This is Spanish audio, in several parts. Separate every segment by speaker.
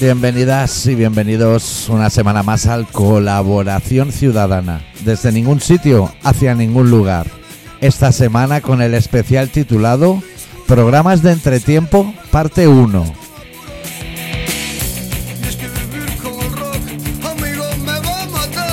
Speaker 1: Bienvenidas y bienvenidos una semana más al Colaboración Ciudadana. Desde ningún sitio hacia ningún lugar. Esta semana con el especial titulado Programas de Entretiempo, parte 1.
Speaker 2: Y es que vivir con el rock, amigo, me va a matar.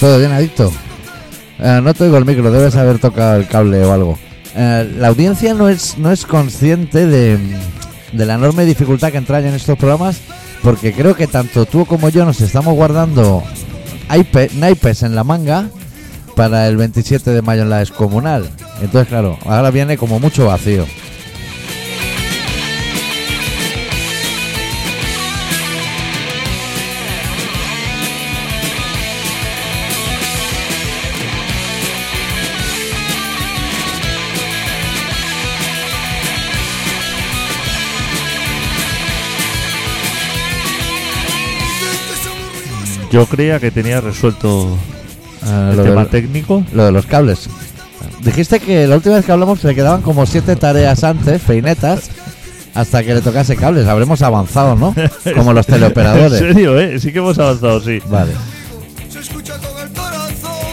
Speaker 1: ¿Todo bien, adicto? Eh, no te oigo el micro, debes haber tocado el cable o algo. Eh, la audiencia no es, no es consciente de, de la enorme dificultad que entraña en estos programas, porque creo que tanto tú como yo nos estamos guardando aipe- naipes en la manga para el 27 de mayo en la descomunal. Entonces, claro, ahora viene como mucho vacío.
Speaker 3: Yo creía que tenía resuelto
Speaker 1: Eh,
Speaker 3: el
Speaker 1: lo,
Speaker 3: tema
Speaker 1: de,
Speaker 3: técnico.
Speaker 1: lo de los cables. Dijiste que la última vez que hablamos se quedaban como siete tareas antes, feinetas, hasta que le tocase cables. Habremos avanzado, ¿no? Como los
Speaker 3: en
Speaker 1: teleoperadores.
Speaker 3: serio, ¿eh? Sí que hemos avanzado, sí.
Speaker 1: Vale.
Speaker 2: Se escucha con el corazón.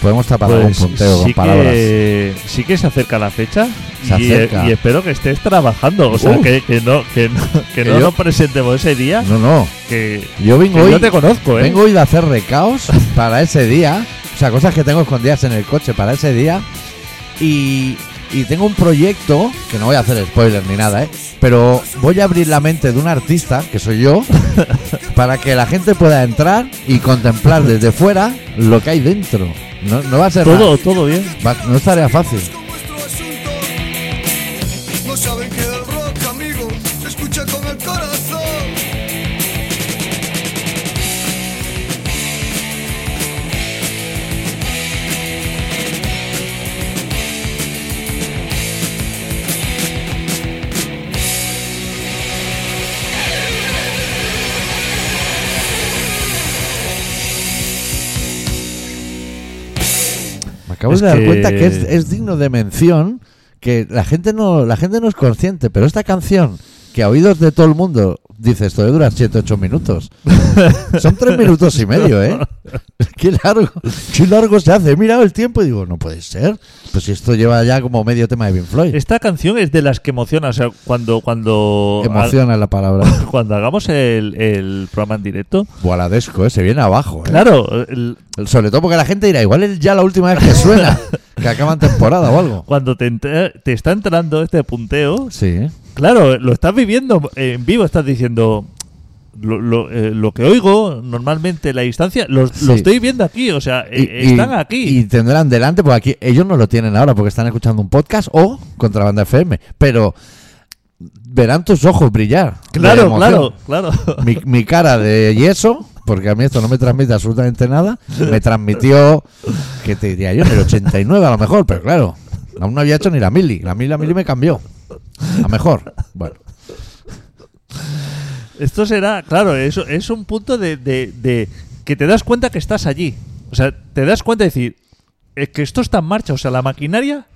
Speaker 1: Podemos tapar algún
Speaker 3: Pues
Speaker 1: punteo con
Speaker 3: sí,
Speaker 1: palabras.
Speaker 3: que, sí que se acerca la fecha
Speaker 1: Se
Speaker 3: y, eh,
Speaker 1: acerca.
Speaker 3: y espero que estés trabajando. O sea,
Speaker 1: Uh.
Speaker 3: que, que no, que no, que
Speaker 1: Que
Speaker 3: no
Speaker 1: yo-
Speaker 3: nos presentemos ese día.
Speaker 1: No, no.
Speaker 3: Que,
Speaker 1: Yo vengo
Speaker 3: que
Speaker 1: hoy.
Speaker 3: yo te conozco, ¿eh?
Speaker 1: Vengo hoy de hacer recaos para ese día. O sea, cosas que tengo escondidas en el coche para ese día. Y, y tengo un proyecto, que no voy a hacer spoilers ni nada, ¿eh? Pero voy a abrir la mente de un artista, que soy yo, para que la gente pueda entrar y contemplar desde fuera lo que hay dentro. No, no va a ser
Speaker 3: todo, todo bien.
Speaker 1: nada- va- no es tarea fácil.
Speaker 2: Es con vuestro asunto. No saben que el rock, amigo, se escucha con el corazón.
Speaker 1: Me acabo
Speaker 3: Es
Speaker 1: de dar
Speaker 3: que-
Speaker 1: cuenta que es, es digno de mención, que la gente no, la gente no es consciente, pero esta canción, que a oídos de todo el mundo, dice esto de durar 7, 8 minutos. Son 3 minutos y medio, ¿eh? Qué largo, qué largo se hace. He mirado el tiempo y digo, no puede ser. Pues si esto lleva ya como medio tema de Pink Floyd.
Speaker 3: Esta canción es de las que emociona. O sea, cuando, cuando,
Speaker 1: Emociona la palabra.
Speaker 3: ha- cuando hagamos el, el programa en directo.
Speaker 1: Gualadesco, ¿eh? Se viene abajo, ¿eh?
Speaker 3: Claro, el-
Speaker 1: Sobre todo porque la gente dirá, igual es ya la última vez que suena, que acaban temporada o algo.
Speaker 3: cuando te, enter- te está entrando este punteo,
Speaker 1: Sí, ¿eh?
Speaker 3: Claro, lo estás viviendo en vivo, estás diciendo lo, lo, eh, lo que oigo normalmente, la distancia, los- lo,
Speaker 1: Sí.
Speaker 3: estoy viendo aquí, o sea,
Speaker 1: Y-
Speaker 3: eh, están
Speaker 1: y-
Speaker 3: aquí.
Speaker 1: Y tendrán delante, porque aquí ellos no lo tienen ahora porque están escuchando un podcast o contrabanda FM. Pero verán tus ojos brillar. de
Speaker 3: claro,
Speaker 1: emoción.
Speaker 3: claro, claro.
Speaker 1: Mi, mi cara de yeso, porque a mí esto no me transmite absolutamente nada, me transmitió, que te diría yo, en el 89 a lo mejor, pero claro, aún no había hecho ni la mili. La mili, la mili me cambió. A mejor. Bueno,
Speaker 3: Esto será, claro, eso es un punto de, de- de que te das cuenta que estás allí. O sea, te das cuenta de decir, es que esto está en marcha, o sea, la maquinaria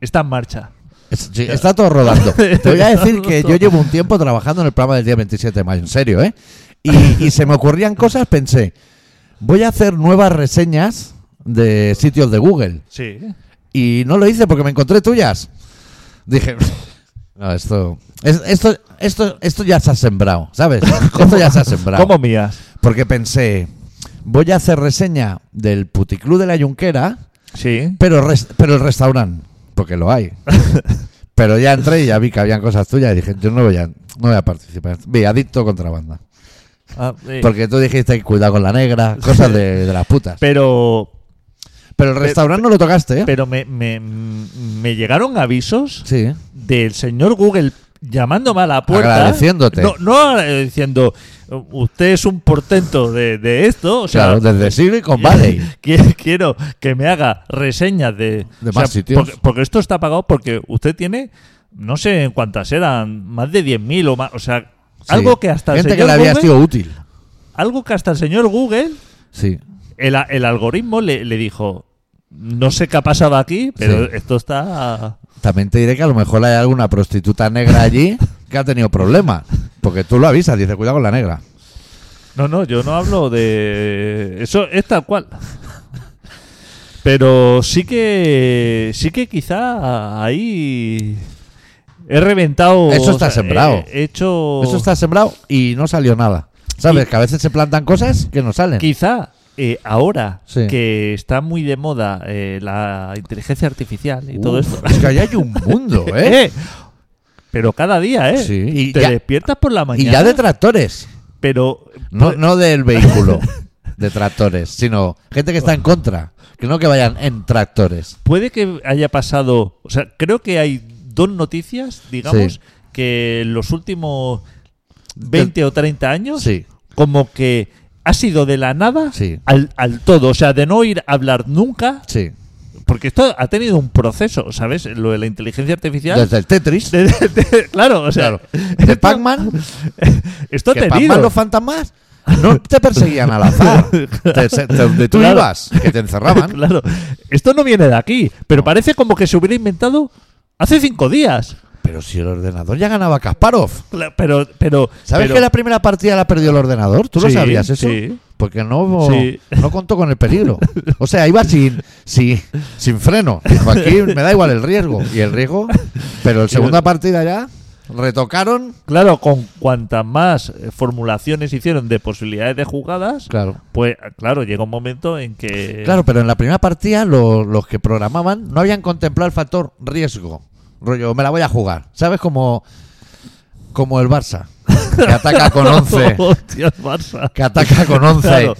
Speaker 3: está en marcha.
Speaker 1: es- sí, está todo rodando. Te voy a decir que yo llevo un tiempo trabajando en el programa del día 27 de mayo, en serio, ¿eh? Y, y se me ocurrían cosas, pensé, voy a hacer nuevas reseñas de sitios de Google.
Speaker 3: Sí.
Speaker 1: Y no lo hice porque me encontré tuyas. Dije, no, esto, es- esto, esto, esto ya se ha sembrado, ¿sabes? Esto ya se ha sembrado.
Speaker 3: Como mías.
Speaker 1: Porque pensé, voy a hacer reseña del puticlub de la Yunquera,
Speaker 3: Sí.
Speaker 1: pero, res- pero el restaurante, porque lo hay. Pero ya entré y ya vi que habían cosas tuyas y dije, yo no voy a, no voy a participar. Vi, adicto contrabanda.
Speaker 3: Ah, eh,
Speaker 1: Porque tú dijiste, cuidado con la negra, cosas de, de las putas.
Speaker 3: pero
Speaker 1: Pero el restaurante no lo tocaste, ¿eh?
Speaker 3: pero me, me, me llegaron avisos
Speaker 1: Sí.
Speaker 3: del señor Google llamándome a la puerta.
Speaker 1: Agradeciéndote.
Speaker 3: No, no agra- diciendo, usted es un portento de, de esto. O sea,
Speaker 1: claro, desde Silicon Valley.
Speaker 3: Quiero, quiero que me haga reseñas de,
Speaker 1: De más sitios.
Speaker 3: Porque, porque esto está pagado porque usted tiene, no sé en cuántas eran, más de 10.000 o más. O sea,
Speaker 1: Sí.
Speaker 3: algo que hasta el
Speaker 1: Gente que
Speaker 3: señor
Speaker 1: le había
Speaker 3: Google,
Speaker 1: sido útil.
Speaker 3: algo que hasta el señor Google,
Speaker 1: Sí.
Speaker 3: el, a- el algoritmo le, le dijo, no sé qué ha pasado aquí, pero
Speaker 1: Sí.
Speaker 3: esto está...
Speaker 1: También te diré que a lo mejor hay alguna prostituta negra allí que ha tenido problemas. Porque tú lo avisas, dice, cuidado con la negra.
Speaker 3: No, no, yo no hablo de... Eso es tal cual. Pero sí que... Sí que quizá ahí... He reventado...
Speaker 1: Eso está sembrado.
Speaker 3: He, he hecho...
Speaker 1: Eso está sembrado y no salió nada. ¿Sabes?
Speaker 3: Oh. Y-
Speaker 1: Que a veces se plantan cosas que no salen.
Speaker 3: Quizá eh, ahora
Speaker 1: Sí.
Speaker 3: que está muy de moda eh, la inteligencia artificial y todo
Speaker 1: Uf,
Speaker 3: esto...
Speaker 1: Es que ahí hay un mundo, ¿eh?
Speaker 3: Eh, Pero cada día, ¿eh?
Speaker 1: Sí, y
Speaker 3: Te
Speaker 1: ya-
Speaker 3: despiertas por la
Speaker 1: y
Speaker 3: mañana.
Speaker 1: ya de tractores.
Speaker 3: Pero...
Speaker 1: No, no del vehículo de tractores, sino gente que está en contra. Que no que vayan en tractores.
Speaker 3: Puede que haya pasado, o sea, creo que hay dos noticias, digamos,
Speaker 1: Sí.
Speaker 3: que en los últimos 20 o 30 años,
Speaker 1: Sí.
Speaker 3: como que ha sido de la nada
Speaker 1: Sí.
Speaker 3: al, al todo, o sea, de no ir a hablar nunca,
Speaker 1: Sí.
Speaker 3: porque esto ha tenido un proceso, ¿sabes? Lo de la inteligencia artificial.
Speaker 1: Desde el Tetris.
Speaker 3: De- de- de- claro, o sea,
Speaker 1: claro. De Pac-Man.
Speaker 3: esto ha
Speaker 1: que Pac-Man
Speaker 3: tenido.
Speaker 1: los fantasmas no te perseguían al azar. Te- se- te- donde tú
Speaker 3: Claro.
Speaker 1: ibas, que te encerraban.
Speaker 3: Claro, esto no viene de aquí, pero parece como que se hubiera inventado hace cinco días.
Speaker 1: Pero si el ordenador ya ganaba Kasparov.
Speaker 3: Cla- Pero, pero,
Speaker 1: ¿Sabes
Speaker 3: pero-
Speaker 1: que la primera partida la perdió el ordenador? ¿Tú lo
Speaker 3: Sí,
Speaker 1: sabías eso?
Speaker 3: sí.
Speaker 1: Porque no,
Speaker 3: Sí.
Speaker 1: no contó con el peligro. O sea, iba sin, sin, sin freno. Dijo, aquí me da igual el riesgo. Y el riesgo. Pero la segunda partida ya retocaron.
Speaker 3: Claro, con cuantas más eh, formulaciones hicieron de posibilidades de jugadas,
Speaker 1: Claro.
Speaker 3: pues claro, llega un momento en que...
Speaker 1: Claro, pero en la primera partida lo- los que programaban no habían contemplado el factor riesgo. Rollo, me la voy a jugar. ¿Sabes? Como, como el Barça, que ataca con 11.
Speaker 3: Hostias, Oh, Barça.
Speaker 1: que ataca con 11.
Speaker 3: Claro.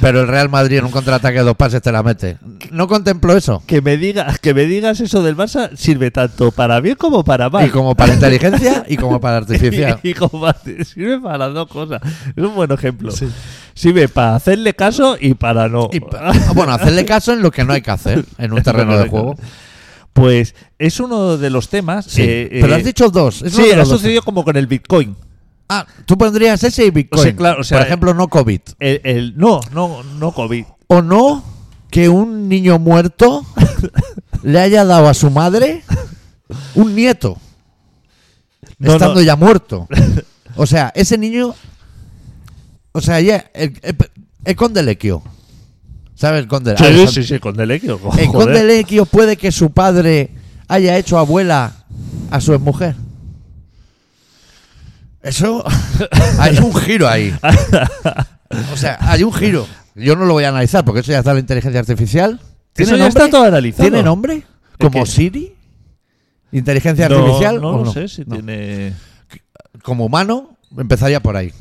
Speaker 1: Pero el Real Madrid en un contraataque de dos pases te la mete. No contemplo eso.
Speaker 3: Que me, digas, que me digas eso del Barça sirve tanto para bien como para mal.
Speaker 1: Y como para inteligencia y como para artificial.
Speaker 3: Y como para- sirve para las dos cosas. Es un buen ejemplo. Sirve para hacerle caso y para no.
Speaker 1: Y pa- bueno, hacerle caso en lo que no hay que hacer en un terreno de juego.
Speaker 3: Pues es uno de los temas.
Speaker 1: Sí.
Speaker 3: eh, eh,
Speaker 1: pero has dicho dos. es uno
Speaker 3: Sí,
Speaker 1: de
Speaker 3: ha
Speaker 1: los dos.
Speaker 3: sucedido como con el Bitcoin.
Speaker 1: Ah, tú pondrías ese y Bitcoin.
Speaker 3: Sí, claro, o sea,
Speaker 1: Por ejemplo, no COVID.
Speaker 3: El, el- no, no, no COVID.
Speaker 1: O no que un niño muerto le haya dado a su madre un nieto.
Speaker 3: No,
Speaker 1: estando
Speaker 3: no.
Speaker 1: ya muerto. O sea, ese niño. O sea, ya. El, el, el Condelequio. ¿Sabes? El Condelequio.
Speaker 3: Sí, sí, sí, Ah, Eh, con Delequio.
Speaker 1: El
Speaker 3: joder.
Speaker 1: Condelequio puede que su padre haya hecho abuela a su exmujer. Eso. hay un giro ahí. O sea, hay un giro. Yo no lo voy a analizar porque eso ya está en la inteligencia artificial. ¿Tiene
Speaker 3: Eso ya
Speaker 1: nombre?
Speaker 3: está todo analizado.
Speaker 1: ¿Tiene nombre? ¿Como
Speaker 3: qué?
Speaker 1: Siri? ¿Inteligencia
Speaker 3: No,
Speaker 1: artificial?
Speaker 3: No,
Speaker 1: o
Speaker 3: lo
Speaker 1: no?
Speaker 3: sé si
Speaker 1: No.
Speaker 3: tiene.
Speaker 1: Como humano, empezaría por ahí.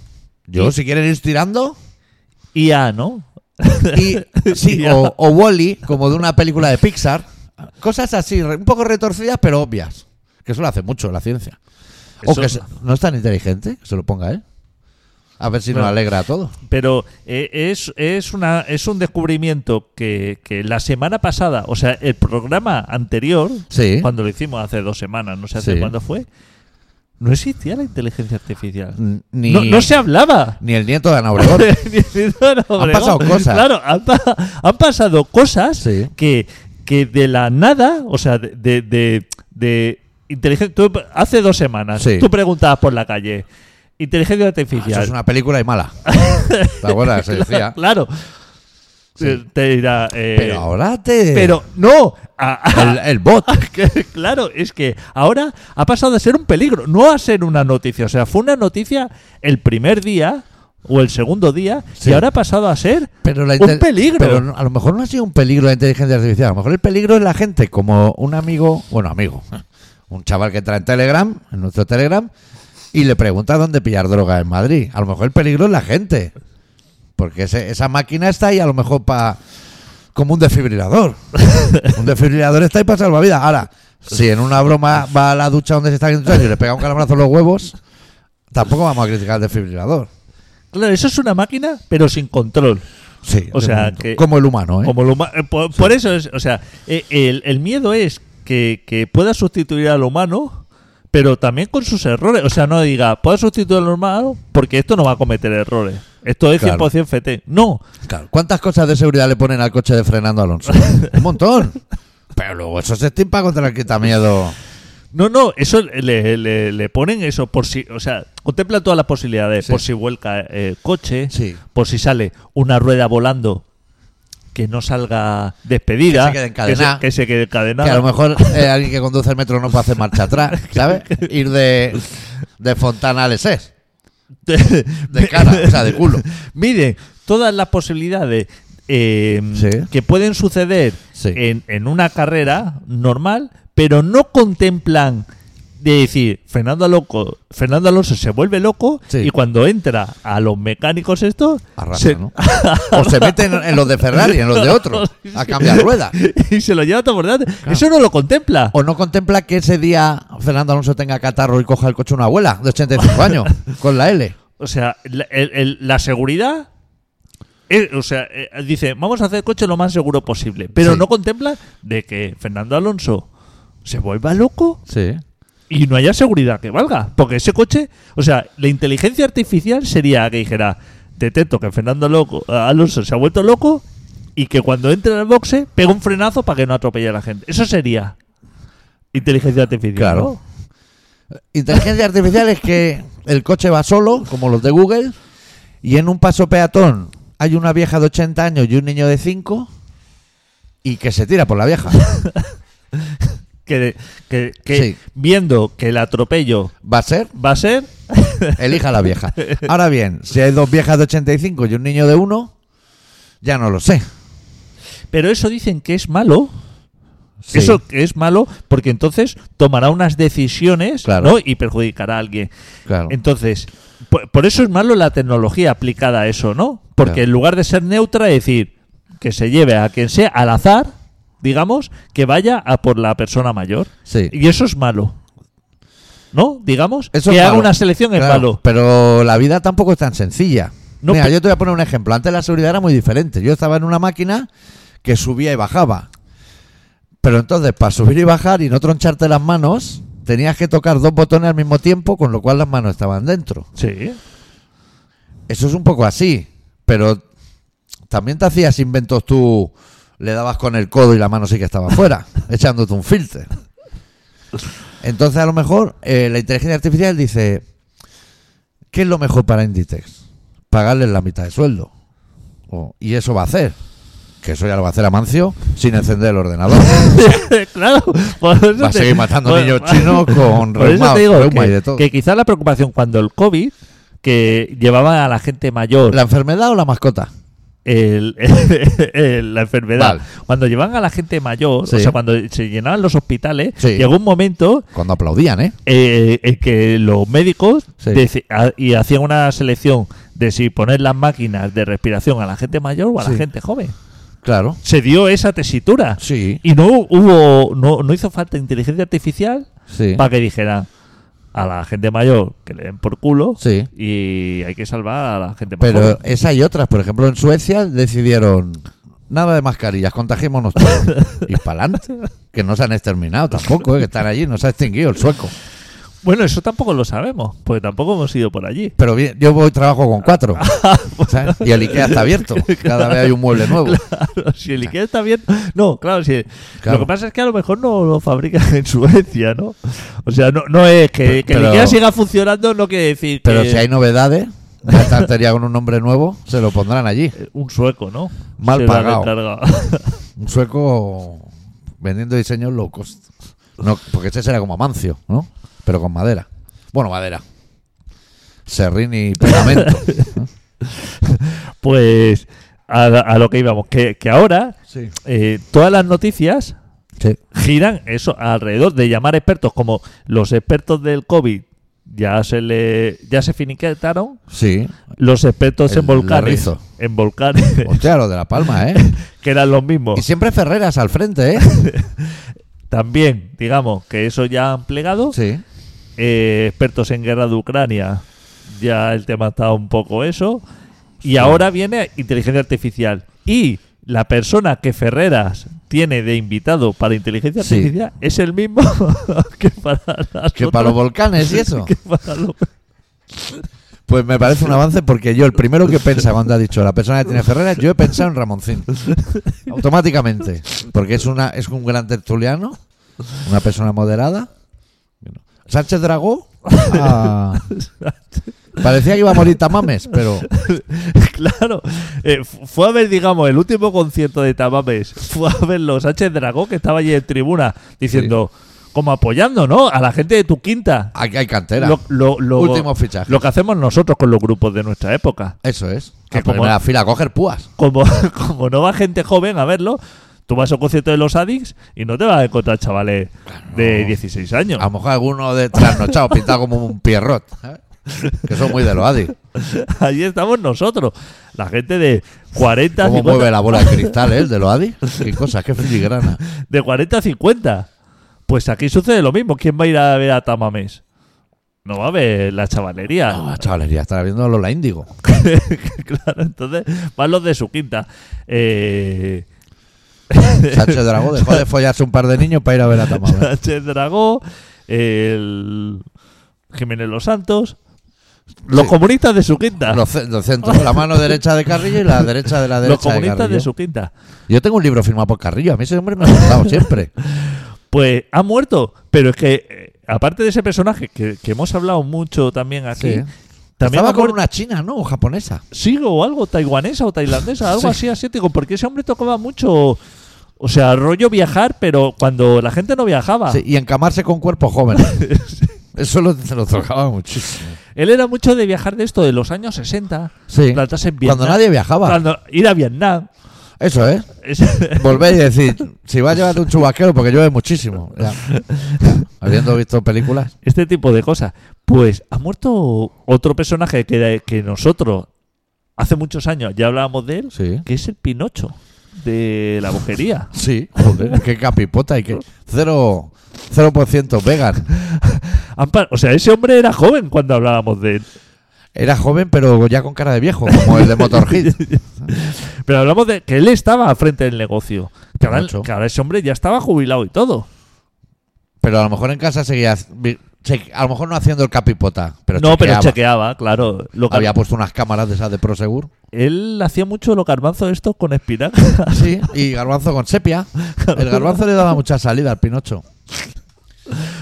Speaker 1: Yo, si quieren ir tirando.
Speaker 3: IA, ¿no?
Speaker 1: Y, sí,
Speaker 3: Ya.
Speaker 1: o, o Wally, como de una película de Pixar. Cosas así, re- un poco retorcidas, pero obvias. Que eso lo hace mucho la ciencia. O
Speaker 3: Eso-
Speaker 1: que se- no es tan inteligente que se lo ponga él. A ver si
Speaker 3: Bueno.
Speaker 1: nos alegra a todos.
Speaker 3: Pero eh, es, es, una, es un descubrimiento que, que la semana pasada, o sea, el programa anterior,
Speaker 1: Sí.
Speaker 3: cuando lo hicimos hace dos semanas, no sé hace
Speaker 1: Sí.
Speaker 3: cuándo fue, no existía la inteligencia artificial.
Speaker 1: N- Ni,
Speaker 3: No, no se hablaba.
Speaker 1: ni el nieto de Ana Obregón.
Speaker 3: Isidoro Obregón.
Speaker 1: pasado cosas.
Speaker 3: Claro, han, pa- han pasado cosas
Speaker 1: Sí.
Speaker 3: que, que de la nada, o sea, de, de, de- de inteligen- tú, hace dos semanas,
Speaker 1: Sí. Ah,
Speaker 3: tú preguntabas por la calle, inteligencia artificial.
Speaker 1: Eso es una película y mala. ¿Te acuerdas? Se decía.
Speaker 3: Claro.
Speaker 1: Sí.
Speaker 3: Eh, Te dirá. eh,
Speaker 1: Pero ahora te.
Speaker 3: pero no. a- a-
Speaker 1: El, el bot.
Speaker 3: que, claro, es que ahora ha pasado de ser un peligro, no a ser una noticia. O sea, fue una noticia el primer día o el segundo día
Speaker 1: Sí.
Speaker 3: y ahora ha pasado a ser
Speaker 1: Pero la
Speaker 3: un
Speaker 1: intel-
Speaker 3: peligro.
Speaker 1: Pero no- a lo mejor no ha sido un peligro la inteligencia artificial. A lo mejor el peligro es la gente, como un amigo, bueno, amigo, un chaval que entra en Telegram, en nuestro Telegram, y le pregunta dónde pillar droga en Madrid. A lo mejor el peligro es la gente. Porque ese- esa máquina está ahí a lo mejor para... Como un desfibrilador. un desfibrilador está ahí para salvavidas. Ahora, si en una broma va a la ducha donde se está haciendo ducha y le pega un calambrazo en los huevos, tampoco vamos a criticar al desfibrilador.
Speaker 3: Claro, eso es una máquina, pero sin control.
Speaker 1: Sí.
Speaker 3: O sea, que-
Speaker 1: como el humano, ¿eh?
Speaker 3: Como lo huma- eh, por, por eso es, o sea, eh, el, el miedo es que, que pueda sustituir al humano, pero también con sus errores. O sea, no diga, pueda sustituir al humano porque esto no va a cometer errores. Esto es
Speaker 1: Claro.
Speaker 3: 100% FT. No,
Speaker 1: Claro, ¿Cuántas cosas de seguridad le ponen al coche de Fernando Alonso? Un montón. Pero luego eso se estimpa contra el quitamiedo.
Speaker 3: no, no, eso le, le- le ponen eso por si, o sea, contempla todas las posibilidades,
Speaker 1: Sí.
Speaker 3: por si vuelca el coche,
Speaker 1: Sí.
Speaker 3: por si sale una rueda volando que no salga
Speaker 1: Que
Speaker 3: despedida,
Speaker 1: se quede encadenada.
Speaker 3: que se quede encadenada.
Speaker 1: Que a lo mejor eh, alguien que conduce el metro no puede hacer marcha atrás, ¿sabes? Ir de, de Fontana al Esés. De cara, o sea, de culo.
Speaker 3: Miren, todas las posibilidades eh,
Speaker 1: Sí.
Speaker 3: que pueden suceder
Speaker 1: Sí.
Speaker 3: en, en una carrera normal, pero no contemplan de decir, Fernando Alonso, Fernando Alonso se vuelve loco
Speaker 1: Sí.
Speaker 3: y cuando entra a los mecánicos estos...
Speaker 1: Arrasa,
Speaker 3: se-
Speaker 1: ¿no? O se meten en los de Ferrari, en los de otros, a cambiar ruedas.
Speaker 3: y se lo lleva todo por delante. Eso no lo contempla.
Speaker 1: O no contempla que ese día Fernando Alonso tenga catarro y coja el coche una abuela de 85 años, con la L.
Speaker 3: O sea, la, el- el- la seguridad. eh, o sea, eh, dice, vamos a hacer el coche lo más seguro posible. Pero
Speaker 1: Sí.
Speaker 3: no contempla de que Fernando Alonso se vuelva loco
Speaker 1: Sí.
Speaker 3: y no haya seguridad que valga. Porque ese coche. O sea, la inteligencia artificial sería que dijera: Detecto que Fernando loco, eh, Alonso se ha vuelto loco y que cuando entre al boxe pega un frenazo para que no atropelle a la gente. Eso sería inteligencia artificial.
Speaker 1: Claro.
Speaker 3: ¿no?
Speaker 1: Inteligencia artificial es que el coche va solo, como los de Google, y en un paso peatón hay una vieja de 80 años y un niño de 5 y que se tira por la vieja.
Speaker 3: Que, que- que
Speaker 1: Sí.
Speaker 3: viendo que el atropello
Speaker 1: Va a ser,
Speaker 3: va a ser.
Speaker 1: elija la vieja. Ahora bien, si hay dos viejas de 85 y un niño de 1, ya no lo sé.
Speaker 3: Pero eso dicen que es malo.
Speaker 1: Sí.
Speaker 3: Eso que es malo porque entonces tomará unas decisiones
Speaker 1: Claro.
Speaker 3: ¿no? y perjudicará a alguien.
Speaker 1: Claro.
Speaker 3: Entonces, por, por eso es malo la tecnología aplicada a eso, ¿no? Porque
Speaker 1: Claro.
Speaker 3: en lugar de ser neutra, es decir, que se lleve a quien sea al azar, digamos, que vaya a por la persona mayor.
Speaker 1: Sí.
Speaker 3: Y eso es malo. ¿No? Digamos,
Speaker 1: Eso
Speaker 3: que
Speaker 1: es
Speaker 3: haga
Speaker 1: malo.
Speaker 3: una selección es
Speaker 1: Claro,
Speaker 3: malo.
Speaker 1: Pero la vida tampoco es tan sencilla.
Speaker 3: No,
Speaker 1: Mira,
Speaker 3: pe-
Speaker 1: yo te voy a poner un ejemplo. Antes la seguridad era muy diferente. Yo estaba en una máquina que subía y bajaba. Pero entonces, para subir y bajar y no troncharte las manos, tenías que tocar dos botones al mismo tiempo, con lo cual las manos estaban dentro.
Speaker 3: Sí.
Speaker 1: Eso es un poco así. Pero también te hacías inventos tú, le dabas con el codo y la mano sí que estaba fuera, echándote un filter. Entonces, a lo mejor, eh, la inteligencia artificial dice: ¿Qué es lo mejor para Inditex? Pagarles la mitad de sueldo. O- y eso va a hacer. Que eso ya lo va a hacer Amancio sin encender el ordenador.
Speaker 3: claro. por eso
Speaker 1: Va a
Speaker 3: te-
Speaker 1: seguir matando
Speaker 3: por-
Speaker 1: niños chinos con
Speaker 3: Por eso
Speaker 1: reuma,
Speaker 3: te digo
Speaker 1: reuma y de
Speaker 3: que,
Speaker 1: todo.
Speaker 3: que quizás la preocupación cuando el COVID, que llevaba a la gente mayor
Speaker 1: ¿La enfermedad o la mascota?
Speaker 3: el- el- el- la enfermedad,
Speaker 1: Vale.
Speaker 3: cuando llevaban a la gente mayor,
Speaker 1: Sí.
Speaker 3: o sea, cuando se llenaban los hospitales,
Speaker 1: Sí.
Speaker 3: llegó un momento
Speaker 1: Cuando aplaudían, ¿eh?
Speaker 3: eh, en que los médicos
Speaker 1: Sí.
Speaker 3: deci- ha- y hacían una selección de si poner las máquinas de respiración a la gente mayor o a
Speaker 1: Sí.
Speaker 3: la gente joven.
Speaker 1: Claro.
Speaker 3: Se dio esa tesitura.
Speaker 1: Sí,
Speaker 3: Y no hubo, no, no hizo falta inteligencia artificial
Speaker 1: sí.
Speaker 3: para que dijera a la gente mayor que le den por culo
Speaker 1: Sí.
Speaker 3: y hay que salvar a la gente mayor.
Speaker 1: Pero esa y otras, por ejemplo, en Suecia decidieron nada de mascarillas, contagiémonos todos. y pa'lante, que no se han exterminado tampoco, eh, que están allí, no se ha extinguido el sueco.
Speaker 3: Bueno, eso tampoco lo sabemos, porque tampoco hemos ido por allí.
Speaker 1: Pero bien, yo voy trabajo con cuatro. ¿sabes? Y el Ikea está abierto, cada vez hay un mueble nuevo.
Speaker 3: Claro, si el Ikea está bien... No, claro, si...
Speaker 1: Claro.
Speaker 3: Lo que pasa es que a lo mejor no lo fabrican en Suecia, ¿no? O sea, no, no es que,
Speaker 1: Pero-
Speaker 3: que el
Speaker 1: pero-
Speaker 3: Ikea siga funcionando, no quiere decir
Speaker 1: Pero
Speaker 3: que
Speaker 1: si hay novedades, una estantería con un nombre nuevo, se lo pondrán allí.
Speaker 3: un sueco, ¿no?
Speaker 1: Mal
Speaker 3: Se lo ha
Speaker 1: pagado.
Speaker 3: encargado.
Speaker 1: Un sueco vendiendo diseños low cost. No, porque este será como Amancio, ¿no? Pero con madera. Bueno, madera. Serrín y pegamento.
Speaker 3: pues a, a lo que íbamos, que, que ahora
Speaker 1: Sí.
Speaker 3: eh, todas las noticias
Speaker 1: Sí.
Speaker 3: giran eso alrededor de llamar expertos como los expertos del COVID ya se le ya se finiquetaron
Speaker 1: Sí.
Speaker 3: los expertos
Speaker 1: El
Speaker 3: en volcanes
Speaker 1: Lorizo.
Speaker 3: en volcanes
Speaker 1: Hostia, lo de La Palma, ¿eh?
Speaker 3: que eran los mismos
Speaker 1: Y siempre Ferreras al frente, ¿eh?
Speaker 3: también digamos que eso ya han plegado
Speaker 1: Sí.
Speaker 3: Eh, expertos en guerra de Ucrania ya el tema está un poco eso y ahora viene inteligencia artificial y la persona que Ferreras tiene de invitado para inteligencia
Speaker 1: Sí.
Speaker 3: artificial es el mismo que para las
Speaker 1: Que para los
Speaker 3: otras-
Speaker 1: volcanes y eso.
Speaker 3: que para los-
Speaker 1: Pues me parece un avance porque yo el primero que pensa cuando ha dicho la persona que tiene Ferreras, yo he pensado en Ramoncín. Automáticamente. Porque es una es un gran tertuliano, una persona moderada. Sánchez Dragó. ah, parecía que iba a morir Tamames, pero
Speaker 3: Claro, Eh, fu- fue a ver, digamos, el último concierto de Tamames, fue a ver los H. Dragón que estaba allí en tribuna diciendo, como apoyando, ¿no? A la gente de tu quinta.
Speaker 1: aquí hay cantera.
Speaker 3: Lo, lo- lo-
Speaker 1: Último fichaje.
Speaker 3: lo que hacemos nosotros con los grupos de nuestra época.
Speaker 1: Eso es.
Speaker 3: Que
Speaker 1: Que
Speaker 3: Ah, como-
Speaker 1: la fila, a coger púas.
Speaker 3: Como, como no va gente joven a verlo, tú vas a un concierto de los Addicts y no te vas a encontrar chavales de 16 años.
Speaker 1: A lo mejor alguno de trasnochado pintado como un pierrot. ¿sabes? Que son muy de los Adi.
Speaker 3: Allí estamos nosotros, la gente de 40
Speaker 1: Cómo
Speaker 3: 50
Speaker 1: mueve la bola de cristal, ¿eh? El de los Adi. Qué cosa, qué filigrana.
Speaker 3: de 40 a 50. Pues aquí sucede lo mismo. ¿Quién va a ir a ver a Tamames? No va a ver la chavalería.
Speaker 1: No, chavalería, Ah, estará viendo Lola Índigo.
Speaker 3: claro, entonces van los de su quinta. Eh,
Speaker 1: Sánchez Dragó dejó de follarse un par de niños para ir a ver a Tamames.
Speaker 3: Sánchez Dragó, el Jiménez Los Santos, los
Speaker 1: Sí.
Speaker 3: comunistas de su quinta.
Speaker 1: Los, ce- los centros, la mano derecha de Carrillo y la derecha de la
Speaker 3: Los
Speaker 1: derecha de
Speaker 3: comunistas de
Speaker 1: Carrillo.
Speaker 3: su quinta.
Speaker 1: Yo tengo un libro firmado por Carrillo, a mí ese hombre me ha gustado siempre.
Speaker 3: Pues ha muerto. Pero es que, eh, aparte de ese personaje que, que hemos hablado mucho también aquí,
Speaker 1: Sí.
Speaker 3: también ha
Speaker 1: Estaba con
Speaker 3: muerto-
Speaker 1: una china, ¿no? O japonesa.
Speaker 3: Sí, o algo taiwanesa o tailandesa, algo
Speaker 1: Sí.
Speaker 3: así asiático, porque ese hombre tocaba mucho, o sea, rollo viajar, pero cuando la gente no viajaba.
Speaker 1: Sí, y encamarse con cuerpos jóvenes. Eso lo, se lo tocaba muchísimo.
Speaker 3: Él era mucho de viajar de esto de los años 60,
Speaker 1: Sí.
Speaker 3: plantarse en Vietnam.
Speaker 1: Cuando nadie viajaba.
Speaker 3: Cuando- ir a Vietnam.
Speaker 1: Eso ¿eh? es.
Speaker 3: Es-
Speaker 1: Volver y decir, si vas a llevarte un chubasquero porque llueve muchísimo. Ya. Ya. Habiendo visto películas.
Speaker 3: este tipo de cosas. Pues ha muerto otro personaje que, que nosotros hace muchos años ya hablábamos de él,
Speaker 1: Sí.
Speaker 3: que es el Pinocho de la brujería.
Speaker 1: Sí, joder, qué capipota y que cero, cero por ciento vegan.
Speaker 3: Han pa- O sea, ese hombre era joven cuando hablábamos de él.
Speaker 1: Era joven pero ya con cara de viejo, como el de Motorhead.
Speaker 3: Pero hablamos de que él estaba al frente del negocio. Que ahora,
Speaker 1: Mucho.
Speaker 3: que ahora ese hombre ya estaba jubilado y todo.
Speaker 1: Pero a lo mejor en casa seguía, vi- che- a lo mejor no haciendo el capipota, pero
Speaker 3: no, pero
Speaker 1: chequeaba.
Speaker 3: chequeaba, claro. Lo que-
Speaker 1: Había puesto unas cámaras de esas de Prosegur.
Speaker 3: Él hacía mucho los garbanzos estos con espinacas.
Speaker 1: Sí, y garbanzo con sepia. El garbanzo le daba mucha salida al Pinocho.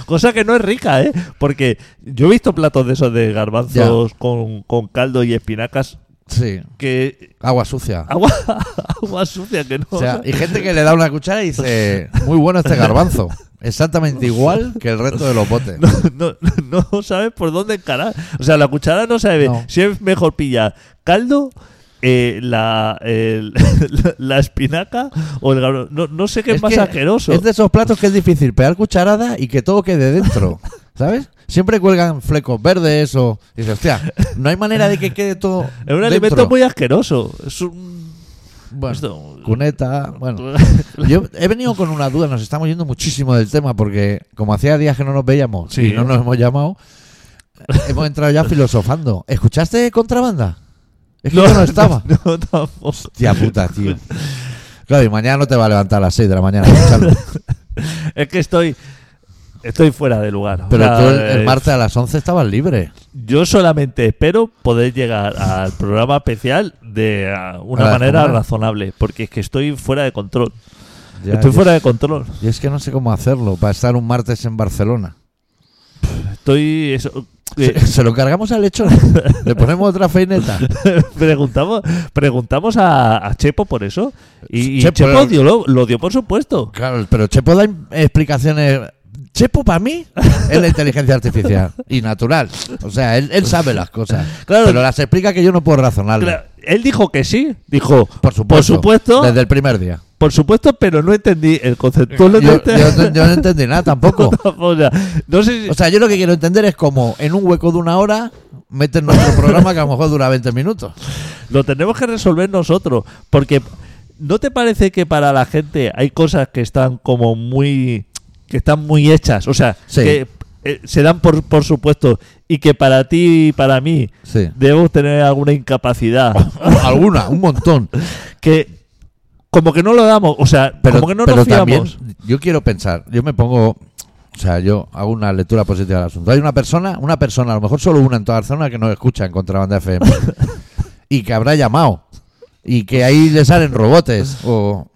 Speaker 3: Cosa que no es rica, ¿eh? Porque yo he visto platos de esos de garbanzos con, con caldo y espinacas
Speaker 1: Sí,
Speaker 3: que...
Speaker 1: agua sucia.
Speaker 3: Agua, agua sucia que no...
Speaker 1: O sea, y gente que le da una cuchara y dice, muy bueno este garbanzo. Exactamente igual que el resto de los botes.
Speaker 3: no, no- no- no sabes por dónde encarar. O sea, la cuchara no sabe
Speaker 1: No.
Speaker 3: si es mejor pillar caldo, eh, la, el- la, espinaca o el garbanzo. No, no sé qué es,
Speaker 1: Es
Speaker 3: más
Speaker 1: que
Speaker 3: asqueroso.
Speaker 1: Es de esos platos que es difícil pegar cucharada y que todo quede dentro. ¿Sabes? Siempre cuelgan flecos verdes o. y Dices, hostia, no hay manera de que quede todo.
Speaker 3: Es un
Speaker 1: dentro.
Speaker 3: alimento muy asqueroso. Es un.
Speaker 1: Bueno,
Speaker 3: esto-
Speaker 1: cuneta. Bueno, yo he venido con una duda. Nos estamos yendo muchísimo del tema porque, como hacía días que no nos veíamos
Speaker 3: Sí.
Speaker 1: y no nos hemos llamado, hemos entrado ya filosofando. ¿Escuchaste contrabanda? Es que yo no estaba.
Speaker 3: No, no, tampoco.
Speaker 1: Tía puta, tío. Claro, y mañana no te va a levantar a las 6 de la mañana. a escucharlo.
Speaker 3: Es que estoy. Estoy fuera de lugar. O
Speaker 1: Pero
Speaker 3: sea,
Speaker 1: tú el, el
Speaker 3: eh,
Speaker 1: martes a las 11 estabas libre.
Speaker 3: Yo solamente espero poder llegar al programa especial de ah, una
Speaker 1: ¿A la
Speaker 3: manera
Speaker 1: semana?
Speaker 3: razonable. Porque es que estoy fuera de control.
Speaker 1: Ya,
Speaker 3: estoy
Speaker 1: yo-
Speaker 3: fuera de control.
Speaker 1: yo es que no sé cómo hacerlo para estar un martes en Barcelona.
Speaker 3: Estoy. eso-
Speaker 1: Se,
Speaker 3: eh,
Speaker 1: se lo cargamos al lechón. Le ponemos otra feineta.
Speaker 3: preguntamos preguntamos a, a Chepo por eso. Y, y
Speaker 1: Chepo,
Speaker 3: Chepo
Speaker 1: pero-
Speaker 3: dio lo, lo dio por supuesto.
Speaker 1: Claro, pero Chepo da im- explicaciones. Chepo para mí es la inteligencia artificial y natural. O sea, él, él sabe las cosas.
Speaker 3: Claro.
Speaker 1: Pero las explica que yo no puedo razonarle.
Speaker 3: Claro, él dijo que sí. Dijo,
Speaker 1: Por supuesto.
Speaker 3: supuesto.
Speaker 1: Desde el primer día.
Speaker 3: Por supuesto, pero no entendí el concepto. Tú lo
Speaker 1: Yo,
Speaker 3: entendiste.
Speaker 1: yo no- yo no entendí nada tampoco.
Speaker 3: O sea, no sé si-
Speaker 1: O sea, yo lo que quiero entender es cómo en un hueco de una hora meten nuestro programa que a lo mejor dura 20 minutos.
Speaker 3: lo tenemos que resolver nosotros, porque ¿no te parece que para la gente hay cosas que están como muy que están muy hechas, o sea,
Speaker 1: Sí.
Speaker 3: que eh, se dan por, por supuesto y que para ti y para mí
Speaker 1: Sí. Oh.
Speaker 3: debemos tener alguna incapacidad
Speaker 1: Alguna, un montón.
Speaker 3: que como que no lo damos, o sea,
Speaker 1: Pero,
Speaker 3: como que no
Speaker 1: pero
Speaker 3: nos fiamos.
Speaker 1: también yo quiero pensar, yo me pongo, o sea, yo hago una lectura positiva del asunto. Hay una persona, una persona, a lo mejor solo una en toda Barcelona que nos escucha en Contrabanda FM y que habrá llamado y que ahí le salen robotes o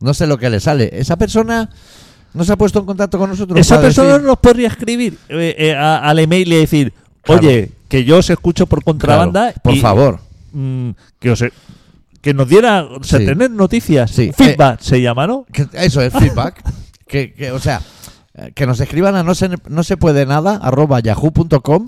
Speaker 1: no sé lo que le sale. Esa persona no se ha puesto en contacto con nosotros.
Speaker 3: Esa
Speaker 1: para
Speaker 3: persona
Speaker 1: decir-
Speaker 3: nos podría escribir eh, eh, a- al email y decir,
Speaker 1: Claro.
Speaker 3: oye, que yo os escucho por
Speaker 1: Claro,
Speaker 3: contrabanda.
Speaker 1: por
Speaker 3: y-
Speaker 1: favor.
Speaker 3: mm, que, os- que nos diera, o sea,
Speaker 1: Sí.
Speaker 3: tener noticias.
Speaker 1: Sí. Eh,
Speaker 3: Feedback se llama, ¿no?
Speaker 1: Que- eso es feedback. que, que, o sea, eh, que nos escriban a no se, no se puede nada arroba yahoo.com.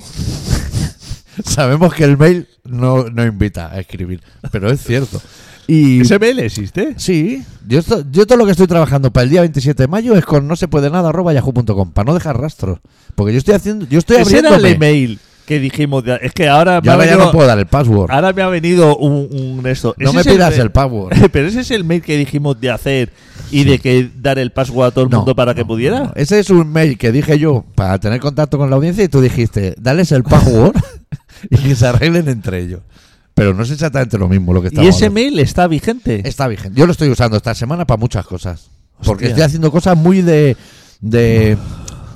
Speaker 1: Sabemos que el mail no, no invita a escribir, pero es cierto. Y
Speaker 3: mail existe?
Speaker 1: sí, yo, esto- yo todo lo que estoy trabajando para el día 27 de mayo es con no se puede nada arroba yahoo.com para no dejar rastros. Porque yo estoy haciendo, yo estoy
Speaker 3: Ese
Speaker 1: abriendo.
Speaker 3: era el email que dijimos. de- es que ahora,
Speaker 1: Yo
Speaker 3: me ha
Speaker 1: ahora ya
Speaker 3: venido,
Speaker 1: no puedo dar el password.
Speaker 3: ahora me ha venido un, un esto.
Speaker 1: No
Speaker 3: Ese
Speaker 1: me
Speaker 3: es el
Speaker 1: pidas
Speaker 3: mail-
Speaker 1: el password.
Speaker 3: Pero ese es el mail que dijimos de hacer y de que dar el password a todo el
Speaker 1: No,
Speaker 3: mundo para que
Speaker 1: no,
Speaker 3: pudiera.
Speaker 1: no. este Ese es un mail que dije yo para tener contacto con la audiencia y tú dijiste, dales el password y que se arreglen entre ellos. Pero no es exactamente lo mismo lo que está
Speaker 3: Y ese mail está vigente.
Speaker 1: Está vigente. Yo lo estoy usando esta semana para muchas cosas. Porque
Speaker 3: Hostia.
Speaker 1: estoy haciendo cosas muy de, de,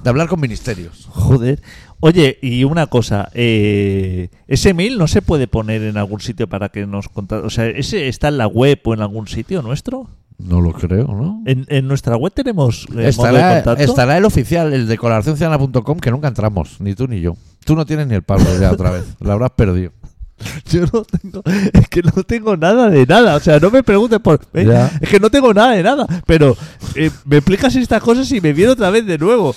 Speaker 1: de hablar con ministerios.
Speaker 3: Joder. Oye, y una cosa, eh, ese mail no se puede poner en algún sitio para que nos contar, o sea, ese está en la web o en algún sitio nuestro.
Speaker 1: No lo creo, ¿no?
Speaker 3: En, en nuestra web tenemos eh, modo de
Speaker 1: Estará,
Speaker 3: contacto?
Speaker 1: estará el oficial, el de colaboraciónciudadana.com, que nunca entramos, ni tú ni yo. Tú no tienes ni el password ya otra vez. Lo habrás perdido.
Speaker 3: Yo no tengo, es que no tengo nada de nada, o sea, no me preguntes por, eh,
Speaker 1: Ya.
Speaker 3: es que no tengo nada de nada, pero eh, me explicas estas cosas y me viene otra vez de nuevo.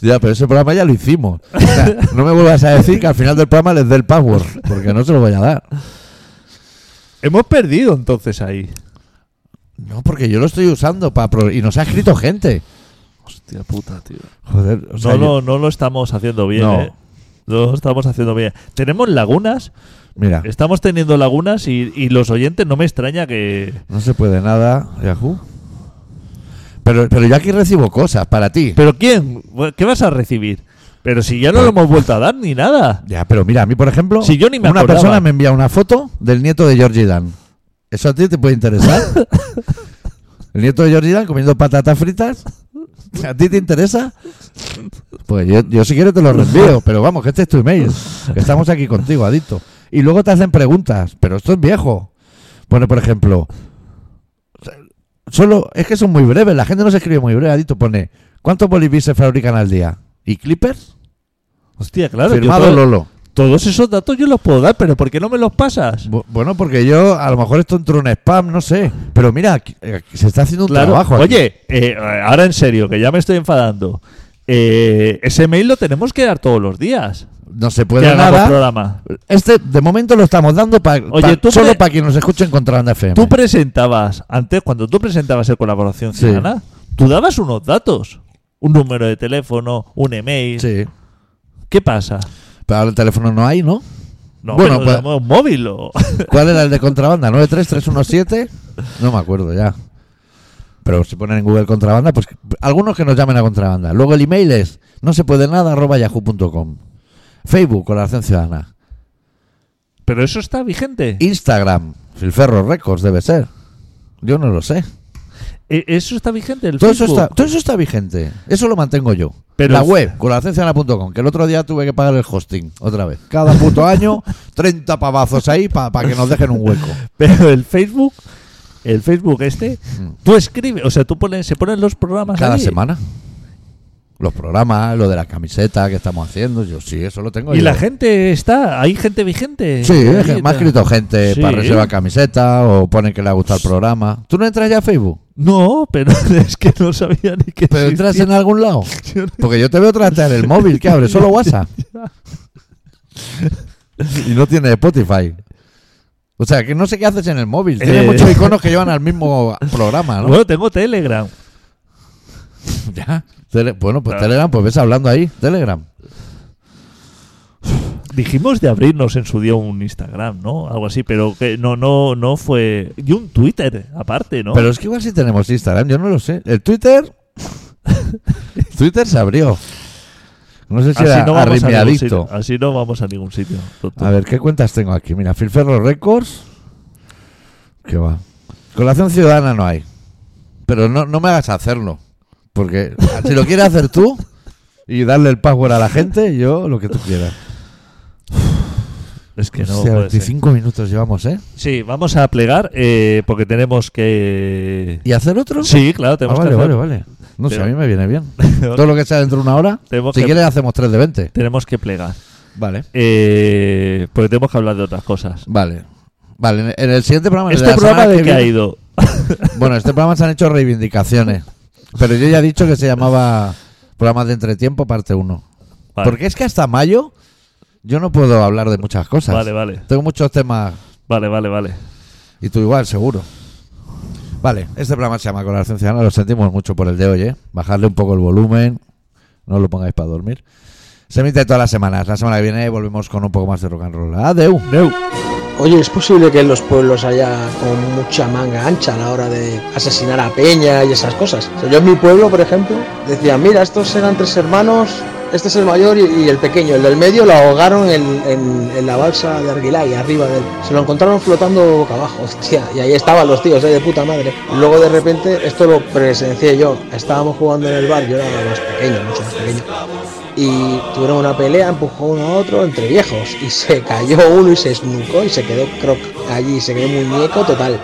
Speaker 1: Ya, pero ese programa ya lo hicimos. O sea, no me vuelvas a decir que al final del programa les dé el password, porque no se lo voy a dar.
Speaker 3: Hemos perdido entonces ahí.
Speaker 1: No, porque yo lo estoy usando para pro- y nos ha escrito gente.
Speaker 3: Hostia puta, tío.
Speaker 1: Joder, o sea,
Speaker 3: no,
Speaker 1: yo-
Speaker 3: lo, no lo estamos haciendo bien,
Speaker 1: No.
Speaker 3: ¿eh? No lo estamos haciendo bien. Tenemos lagunas,
Speaker 1: mira,
Speaker 3: estamos teniendo lagunas y, y los oyentes no me extraña que...
Speaker 1: no se puede nada, Yahoo. Pero, pero yo aquí recibo cosas para ti.
Speaker 3: ¿Pero quién? ¿Qué vas a recibir? Pero si ya no lo hemos vuelto a dar ni nada.
Speaker 1: Ya, pero mira, a mí, por ejemplo,
Speaker 3: Si yo ni me
Speaker 1: una
Speaker 3: acordaba.
Speaker 1: persona me envía una foto del nieto de Georgie Dan. ¿Eso a ti te puede interesar? El nieto de Georgie Dan comiendo patatas fritas. ¿A ti te interesa? Pues yo, yo si quieres te lo reenvío, pero vamos, que este es tu email. que Estamos aquí contigo, adicto. Y luego te hacen preguntas, pero esto es viejo. Bueno, por ejemplo, solo es que son muy breves, la gente no se escribe muy breve, adicto. Pone, ¿cuántos bolivís se fabrican al día? ¿Y clippers?
Speaker 3: Hostia, claro. yo
Speaker 1: Firmado
Speaker 3: todo-
Speaker 1: Lolo.
Speaker 3: todos esos datos yo los puedo dar, pero ¿por qué no me los pasas?
Speaker 1: Bu- Bueno, porque yo a lo mejor esto entró un spam, no sé. Pero mira, aquí- eh, aquí se está haciendo un
Speaker 3: Claro.
Speaker 1: trabajo. aquí.
Speaker 3: Oye, eh, ahora en serio, que ya me estoy enfadando. Eh, ese mail lo tenemos que dar todos los días.
Speaker 1: no se
Speaker 3: Que
Speaker 1: puede
Speaker 3: hagamos
Speaker 1: nada.
Speaker 3: programa.
Speaker 1: Este de momento lo estamos dando pa-
Speaker 3: Oye,
Speaker 1: pa-
Speaker 3: tú
Speaker 1: solo
Speaker 3: pre-
Speaker 1: para que nos escuchen contra Banda FM.
Speaker 3: Tú presentabas, antes cuando tú presentabas el colaboración
Speaker 1: Sí.
Speaker 3: ciudadana, tú dabas unos datos, un número de teléfono, un email.
Speaker 1: sí.
Speaker 3: ¿Qué pasa?
Speaker 1: Pero ahora el teléfono no hay, ¿no?
Speaker 3: No,
Speaker 1: Bueno,
Speaker 3: bueno,
Speaker 1: pues-
Speaker 3: un móvil o...
Speaker 1: ¿Cuál era el de contrabanda? ¿93317? No me acuerdo ya. Pero si ponen en Google contrabanda, pues algunos que nos llamen a contrabanda. Luego el email es no se puede nada arroba yahoo.com. Facebook, Colaboración Ciudadana.
Speaker 3: Pero eso está vigente.
Speaker 1: Instagram, Filferro Records debe ser. Yo no lo sé.
Speaker 3: E- Eso está vigente. El
Speaker 1: Todo eso,
Speaker 3: Facebook.
Speaker 1: está, todo eso está vigente. Eso lo mantengo yo.
Speaker 3: Pero
Speaker 1: la
Speaker 3: el-
Speaker 1: web, colaboraciónciudadana.com, que el otro día tuve que pagar el hosting otra vez. Cada puto año, 30 pavazos ahí para que nos dejen un hueco.
Speaker 3: Pero el Facebook, el Facebook este, tú escribes, o sea, tú pones, se ponen los programas
Speaker 1: Mm. Cada
Speaker 3: ahí.
Speaker 1: semana. Los programas, lo de la camiseta que estamos haciendo, yo sí, eso lo tengo
Speaker 3: Y
Speaker 1: yo.
Speaker 3: la gente está, hay gente vigente.
Speaker 1: Sí,
Speaker 3: Ahí
Speaker 1: gen- me ha
Speaker 3: está.
Speaker 1: escrito gente
Speaker 3: Sí.
Speaker 1: para reservar camiseta o ponen que le ha gustado el programa. ¿Tú no entras ya a Facebook?
Speaker 3: No, pero es que no sabía ni qué.
Speaker 1: ¿Pero entras en algún lado? Porque yo te veo tratar el móvil, que abre solo WhatsApp. y no tiene Spotify. O sea, que no sé qué haces en el móvil. Tiene
Speaker 3: Eh.
Speaker 1: muchos iconos que llevan al mismo programa, ¿no?
Speaker 3: Bueno, tengo Telegram.
Speaker 1: Ya. Tele- bueno, pues
Speaker 3: Claro.
Speaker 1: Telegram, pues ves hablando ahí. Telegram.
Speaker 3: Dijimos de abrirnos en su día un Instagram, ¿no? Algo así, pero que no, no, no fue. Y un Twitter, aparte, ¿no?
Speaker 1: Pero es que igual sí tenemos Instagram, yo no lo sé. El Twitter. Twitter se abrió. No sé si era
Speaker 3: a ningún
Speaker 1: arrimiadicto.
Speaker 3: sitio, así no vamos a ningún sitio. tonto.
Speaker 1: A ver, ¿qué cuentas tengo aquí? Mira, Filferro Records. ¿Qué va? Colación Ciudadana no hay. Pero no, no me hagas hacerlo. Porque si lo quieres hacer tú y darle el password a la gente, yo lo que tú quieras.
Speaker 3: Es que no.
Speaker 1: Hostia,
Speaker 3: puede ser.
Speaker 1: 25 minutos llevamos, ¿eh?
Speaker 3: Sí, vamos a plegar eh, porque tenemos que.
Speaker 1: ¿Y hacer otro?
Speaker 3: Sí, claro,
Speaker 1: Ah,
Speaker 3: tenemos
Speaker 1: vale,
Speaker 3: que hacer-
Speaker 1: vale, vale. No sé,
Speaker 3: Pero-
Speaker 1: a mí me viene bien. Todo lo que sea dentro de una hora.
Speaker 3: Tenemos
Speaker 1: Si
Speaker 3: que-
Speaker 1: quieres, hacemos 3 de 20.
Speaker 3: tenemos que plegar.
Speaker 1: Vale.
Speaker 3: Eh, porque tenemos que hablar de otras cosas.
Speaker 1: Vale. Vale, en- en el siguiente programa. el
Speaker 3: Este
Speaker 1: de la
Speaker 3: programa
Speaker 1: semana
Speaker 3: de
Speaker 1: que
Speaker 3: que ha
Speaker 1: viene-
Speaker 3: ido.
Speaker 1: Bueno, este programa se han hecho reivindicaciones. Pero yo ya he dicho que se llamaba Programa de Entretiempo, parte 1.
Speaker 3: Vale,
Speaker 1: Porque es que hasta mayo yo no puedo hablar de muchas cosas.
Speaker 3: vale, vale,
Speaker 1: Tengo muchos temas
Speaker 3: vale, vale, vale.
Speaker 1: y tú igual, seguro. Vale, este programa se llama Colaboración Ciudadana. Lo sentimos mucho por el de hoy, ¿eh? Bajarle un poco el volumen. No lo pongáis para dormir. Se emite todas las semanas. La semana que viene volvemos con un poco más de rock and roll. Adeu.
Speaker 3: Deu.
Speaker 4: Oye, ¿es posible que en los pueblos haya como mucha manga ancha a la hora de asesinar a Peña y esas cosas? O sea, yo en mi pueblo, por ejemplo, decía, mira, estos eran tres hermanos, este es el mayor y, y el pequeño, el del medio lo ahogaron en, en- en la balsa de Arguilay, arriba de él. Se lo encontraron flotando boca abajo, hostia, y ahí estaban los tíos, eh, de puta madre. Luego de repente, esto lo presencié yo, estábamos jugando en el bar, yo era más pequeño, mucho más pequeño y tuvieron una pelea, empujó uno a otro entre viejos y se cayó uno y se esnucó y se quedó croc allí, se quedó muñeco total.